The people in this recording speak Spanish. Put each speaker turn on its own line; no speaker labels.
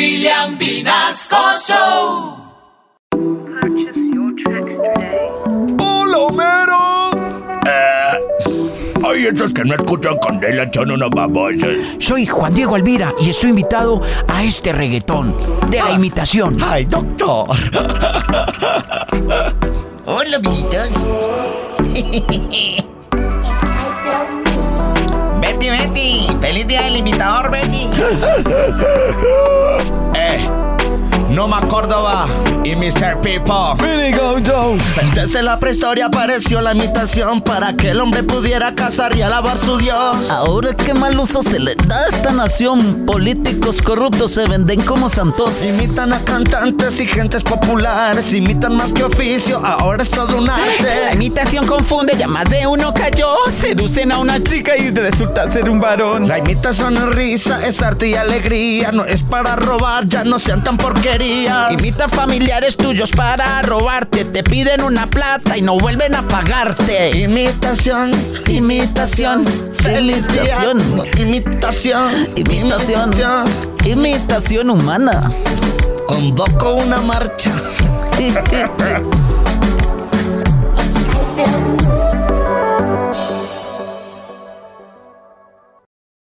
William Vinasco Show.
Purchase your tracks today.
¡Hola, Homero! Eh, hay esos que no escuchan candela son unos babosos.
Soy Juan Diego Alvira y estoy invitado a este reggaetón de la imitación.
¡Ay, doctor!
Hola, amiguitos. Betty, Betty. Feliz día del imitador, Betty.
¡Eh! Noma Córdoba y Mr. People.
Desde la prehistoria apareció la imitación para que el hombre pudiera cazar y alabar su dios.
Ahora qué mal uso se le da a esta nación. Políticos corruptos se venden como santos.
Imitan a cantantes y gentes populares, imitan más que oficio, ahora es todo un
La
arte.
imitación confunde, ya más de uno cayó. Seducen a una chica y resulta ser un varón.
La imitación es risa, es arte y alegría, no es para robar, ya no sean tan porquerías.
Imitan familiares tuyos para robarte. Te piden una plata y no vuelven a pagarte.
Imitación,
Imitación, imitación,
imitación,
imitación, imitación humana.
Convoco una marcha.